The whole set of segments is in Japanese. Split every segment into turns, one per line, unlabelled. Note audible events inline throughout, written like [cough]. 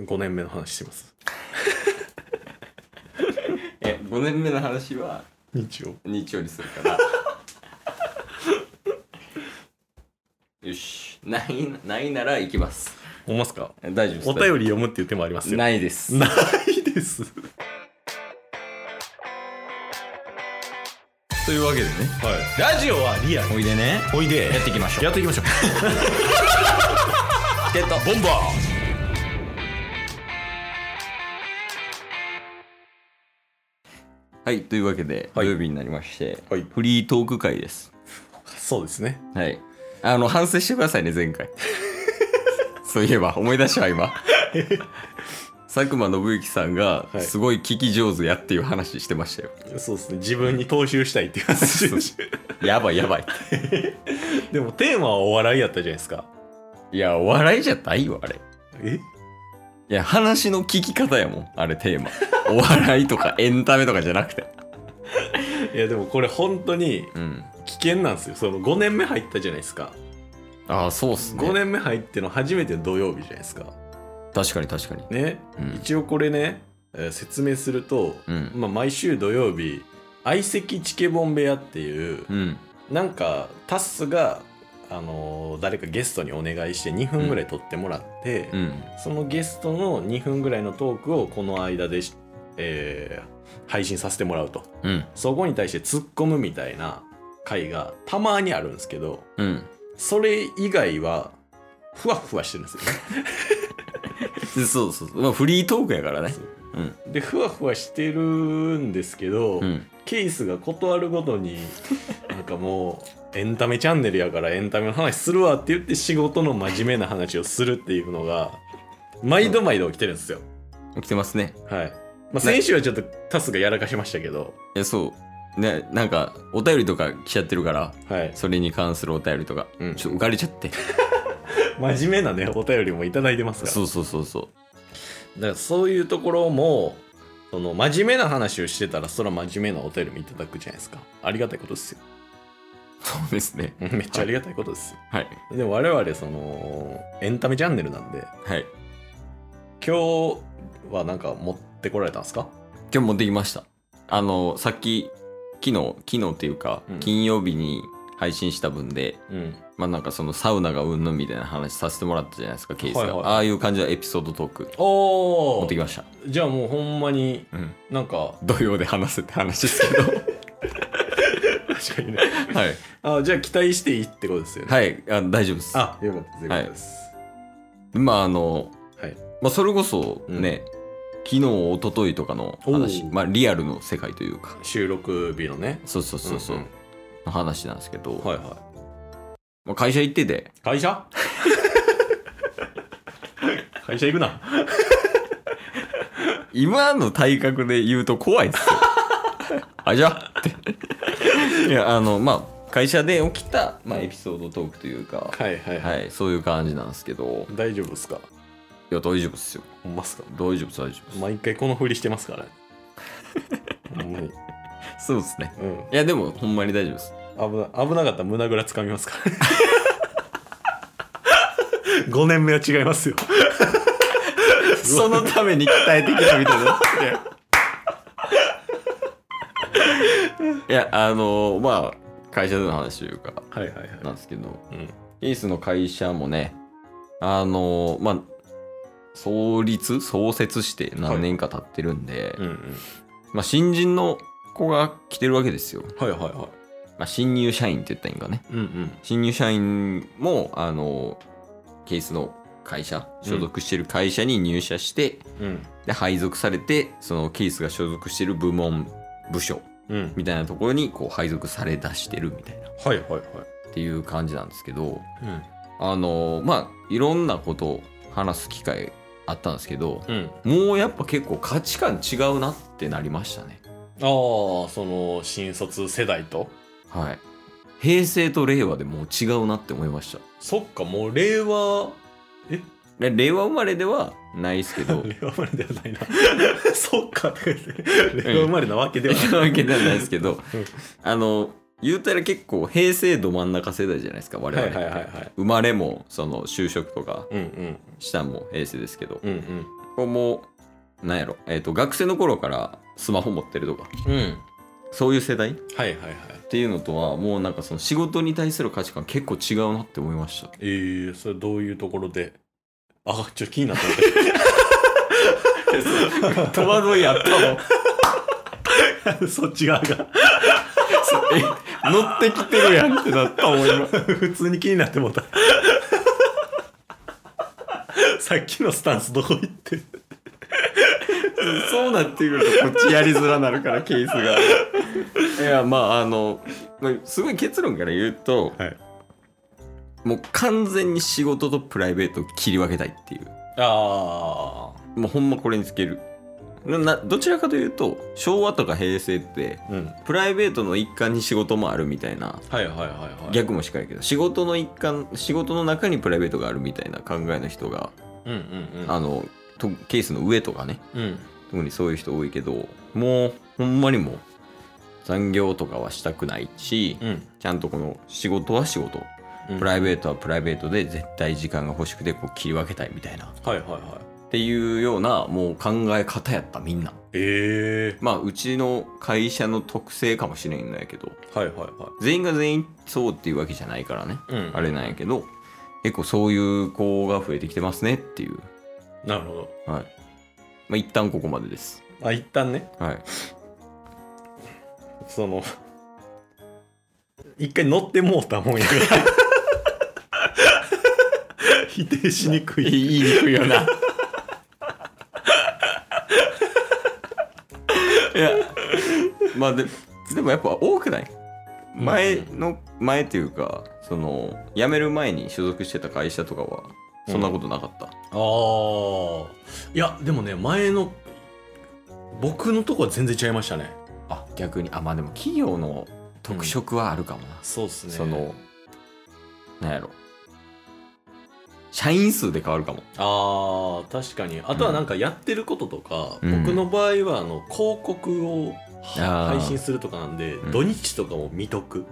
5年目の話してます
え5年目の話は
日曜
日曜にするから [laughs] よしないないなら行きます
思いますか
大丈夫です
お便り読むっていう手もありますよ
ないです
ないです
というわけでね
はいラジオはリアル
おいでね
おいで
やっていきましょう
やっていきましょう
ゲット
ボンバ
はいというわけで、
はい
土曜日になりまして、
はい
フリートーク会です
ーそうですね
はいあの反省してくださいね前回そういえば思い出したわ今佐久間信之さんが
はい
すごい聞き上手やっていう話してましたよ、
そうですね自分に踏襲したいっていう話でし
やばいやばい
でもテーマはお笑いやったじゃないですか
いやお笑いじゃないよあれ
え
いや話の聞き方やもんあれテーマお笑いとかエンタメとかじゃなくて
いやでもこれ本当に
うん
危険なんですよその5年目入ったじゃないですか
ああそうっすね
5年目入っての初めての土曜日じゃないですか
確かに確かに
ね、
うん
一応これね、えー説明すると、
うん
まあ、毎週土曜日相席チケボン部屋っていう、
うん
なんかタッスが、あのー誰かゲストにお願いして2分ぐらい撮ってもらって、
うん
そのゲストの2分ぐらいのトークをこの間でし、えー配信させてもらうと
うん
そこに対して突っ込むみたいな回がたまにあるんですけど
うん
それ以外はふわふわしてるんですよね。
でそうそうそう、まあ、フリートークやからねうん
でふわふわしてるんですけど、
うん
ケースが断るごと [laughs] になんかもうエンタメチャンネルやからエンタメの話するわって言って仕事の真面目な話をするっていうのが毎度毎度起きてるんですよ。
起きてますね
はいまあ、先週はちょっとタスがやらかしましたけど、
いやそうねなんかお便りとか来ちゃってるから
はい、
それに関するお便りとか、
うん
ちょっと浮かれちゃ
[laughs]
って
真面目なねお便りもいただいてますから
そうそうそうそ
だからそういうところもその真面目な話をしてたらそら真面目なお便りもいただくじゃないですかありがたいことですよ [laughs]
うそうですね
めっちゃありがたいことですよ、
はい
でも我々そのエンタメチャンネルなんで
はい
今日はなんか持ってこられたんですか
今日持ってきましたあのさっき昨日昨日っていうか、
うん
金曜日に配信した分で
うん
まあなんかそのサウナがうんぬんみたいな話させてもらったじゃないですかケースが、
はいはい
ああいう感じのエピソードトーク
お
持ってき
ー
ました、
じゃあもうほんまに
うん、
なんか
土曜で話すって話で
[laughs]
すけど
確かにね
はい、
あじゃあ期待していいってことですよね、
はい、あ大丈夫です
あよかったですよかったです
まああの、
はい
まあ、それこそね、昨日一昨日とかの話、
おう
まあ、リアルの世界というか
収録日のね
そうそうそうそう、
んん
の話なんですけど、
はいは
まあ、会社行ってて
い会社 [laughs] 会社行くな
今の体格で言うと怖いですよ [laughs] あじゃあっていやあのまあ会社で起きた、まあ、エピソードトークというか、
はいはいはい、
はい、そういう感じなんですけど
大丈夫ですか
いや大丈夫ですよ
ほんまっすか
大丈夫です大丈夫です、
毎回このふりしてますからねほんまに、
そうですね
うん、
いやでもほんまに大丈夫です
危な危なかったら胸ぐらつかみますから [laughs] 5年目は違いますよ
[laughs] そのために鍛えてきたみたいな。いや、あのまあ、会社での話というか、
はいはいはい
なんですけど、
うん
エースの会社もね、あのまあ、創立、創設して何年か経ってるんで、
うんうん
まあ、新人の子が来てるわけですよ。
はいはいは
まあ、新入社員って言ったらいいんかね。
いうんうん
新入社員も、あのケースの会社、所属してる会社に入社して、
うん
で配属されてそのケースが所属してる部門部署
うん
みたいなところにこう配属され出してるみたいなっ
はいはいはい
ていう感じなんですけど
うん
あのまあいろんなことを話す機会あったんですけど
うん
もうやっぱ結構価値観違うなってなりましたね
ああその新卒世代と
はい平成と令和でもう違うなって思いました
そっかもう令和
で令和生まれではないですけ [laughs] ど
令和生まれではないなそっかとか言って令和生まれなわけではない、
そういうわけではないですけ [laughs] ど
うん
あの言うたら結構平成ど真ん中世代じゃないですか我々って、
はいはいはいはい
生まれもその就職とか
うんうん
したんも平成ですけど、
うんうん
こもなんやろ、えー、と学生の頃からスマホ持ってるとか
うん
そういう世代っ
はいはいはい
ていうのとはもうなんかその仕事に対する価値観結構違うなって思いました
えー、それどういうところであちょっと気になった
戸惑いあったもん
[laughs] そっち側が
[laughs] 乗ってきてるやんってなったもん今
[laughs] 普通に気になってもうた [laughs] さっきのスタンスどこ行って
[laughs] そうなってくるとこっちやりづらなるからケース [laughs] がいやまああのまあすごい結論から言うと、
はい
もう完全に仕事とプライベートを切り分けたいっていう
あ
もうほんまこれにつけるななどちらかというと昭和とか平成って
あうん
プライベートの一環に仕事もあるみたいな
はいはいはいはい
逆もしかりやけど仕事の一環仕事の中にプライベートがあるみたいな考えの人が、
うんうんうん
あのとケースの上とかね
うん
特にそういう人多いけどもうほんまにもう残業とかはしたくないし、
うん
ちゃんとこの仕事は仕事
うん
プライベートはプライベートで絶対時間が欲しくてこう切り分けたいみたいなっ
はいはいはい
ていうようなもう考え方やったみんな
ええ
まあうちの会社の特性かもしれんのやけど
はいはいは
全員が全員そうっていうわけじゃないからね
いうん
あれなんやけど結構そういう子が増えてきてますねっていう
なるほど
はいまあ一旦ここまでです
あ一旦ね
はい
その一回乗ってもうたもんやから [laughs] 否定しにくい
いにくいよな。いや、まあででもやっぱ多くない前の前というかその辞める前に所属してた会社とかはそんなことなかった、
ああいやでもね前の僕のとこは全然違いましたね
あ逆にあまあでも企業の特色はあるかもな、
そうっすね
そのなんやろ社員数で変わるかも
あー確かにあとはなんかやってることとか、
うん
僕の場合はあの広告を
あー
配信するとかなんで、
うん
土日とかも見とく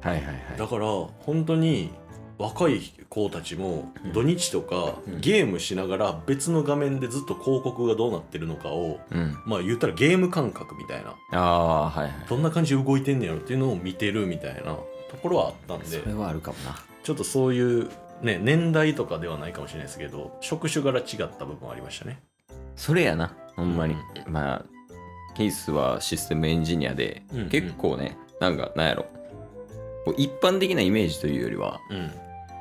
はいはい
だから本当に若い子たちも
うん
土日とか
うん
ゲームしながら別の画面でずっと広告がどうなってるのかを
うん
まあ言ったらゲーム感覚みたいな
ああーはいはい
どんな感じで動いてんねやろっていうのを見てるみたいなところはあったんで
それはあるかもな
ちょっとそういう、ね、年代とかではないかもしれないですけど職種柄違った部分はありましたね
それやなほんまに、まあケースはシステムエンジニアで、
うんうん
結構ねなんかなんやろこう一般的なイメージというよりは
うん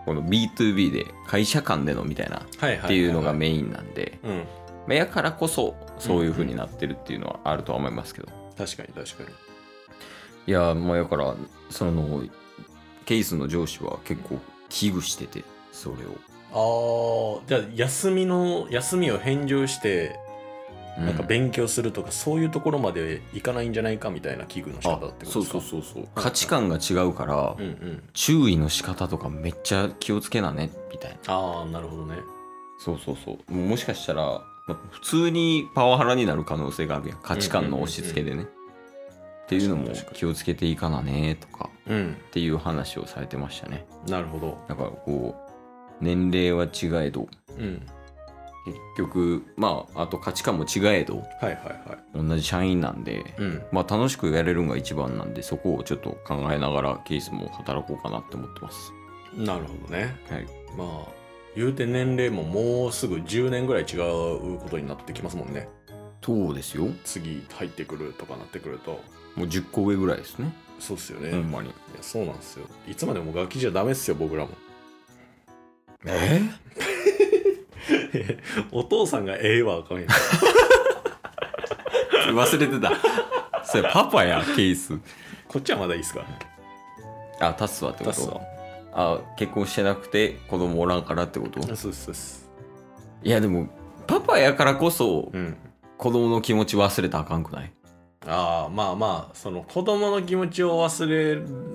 この B2B で会社間でのみたいなっ
はいはいはは
ていうのがメインなんで、
うん
まあやからこそそういう風になってるっていうのはあるとは思いますけど、
確かに確かに
いやもうやからそのケースの上司は結構危惧しててそれを、
ああじゃあ休みの休みを返上して
う
なんか勉強するとか、そういうところまでいかないんじゃないかみたいな危惧の仕方ってことですか
そうそうそうそう価値観が違うから、
うんうん
注意の仕方とかめっちゃ気をつけなねみたいな
ああなるほどね
そうそうそうもうもしかしたらまあ普通にパワハラになる可能性があるやん価値観の押し付けでねっていうのも
確かに
気をつけていかなねとか
うん
っていう話をされてましたね
なるほど
だからこう年齢は違えど
うん
結局まああと価値観も違えど
はいはいはい
同じ社員なんで、
うん
まあ楽しくやれるのが一番なんでそこをちょっと考えながらケースも働こうかなって思ってます
なるほどね
はい
まあ言うて年齢ももうすぐ10年ぐらい違うことになってきますもんね
そうですよも
次入ってくるとかなってくると
う10個上ぐらいですね
そうっすよね、
ほ
い
んまに
やそうなんですよいつまでもガキじゃダメっすよ僕らも [laughs]
え
お父さんがええわあかんやん
[laughs] 忘れてた。それパパや、ケース。
こっちはまだいいっ
[laughs]
すか
あ、タスはってこ
タスは
とあ、結婚してなくて子供おらんからってこと
そうっすそうっす
いや、でも、パパやからこそ
うん
子供の気持ち忘れたらあかんくない
ああまあまあその子供の気持ちを忘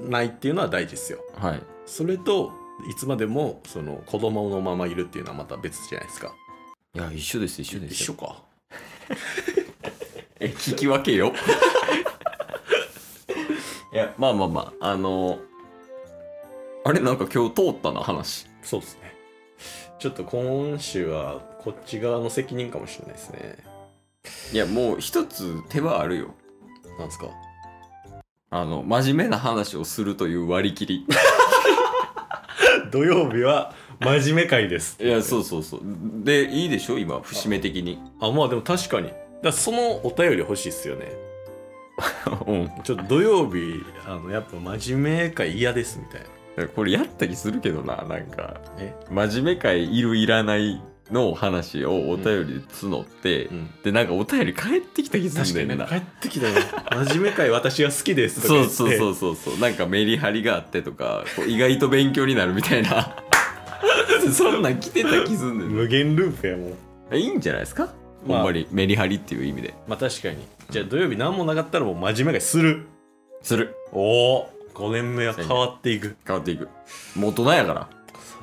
れないっていうのは大事ですよ
はい。
それといつまでもその子供のままいるっていうのはまた別じゃないですか
いや、一緒です、一緒です。
一緒か
え、聞き分けよ。いや、まあまあまあ、あのあれ、なんか今日通ったな、話。
そうっすねちちょっと今週はこっち側の責任かもしれないですね。
いやもう一つ手はあるよ
なんですか
あの真面目な話をするという割り切り
土曜日は真面目会です。
いやそうそうそうでいいでしょ今節目的に
あ、まあでも確かに。だからそのお便り欲しいっすよね。
うん
ちょっと土曜日、あのやっぱ真面目会嫌ですみたいな。
これやったりするけどななんか
え
真面目会いるいらないの話をお便りで募って、
うん。
でなんかお便り返ってきた気す
確か
んだ
にね、
よな
帰ってきたよ。真面目会私が好きですとか
そ
言っ
う
て。
そうそうそうそうなんかメリハリがあってとかこう意外と勉強になるみたいな [laughs] そんなん来てた気すんねん
無限ループやもん。
いいんじゃないですか、
まあ
ほんまにメリハリっていう意味で
まあ確かに。じゃあ土曜日何もなかったらもう真面目会する。
する
おお !5 年目は変わっていく。
変わっていくもう大人やから
さ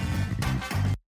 す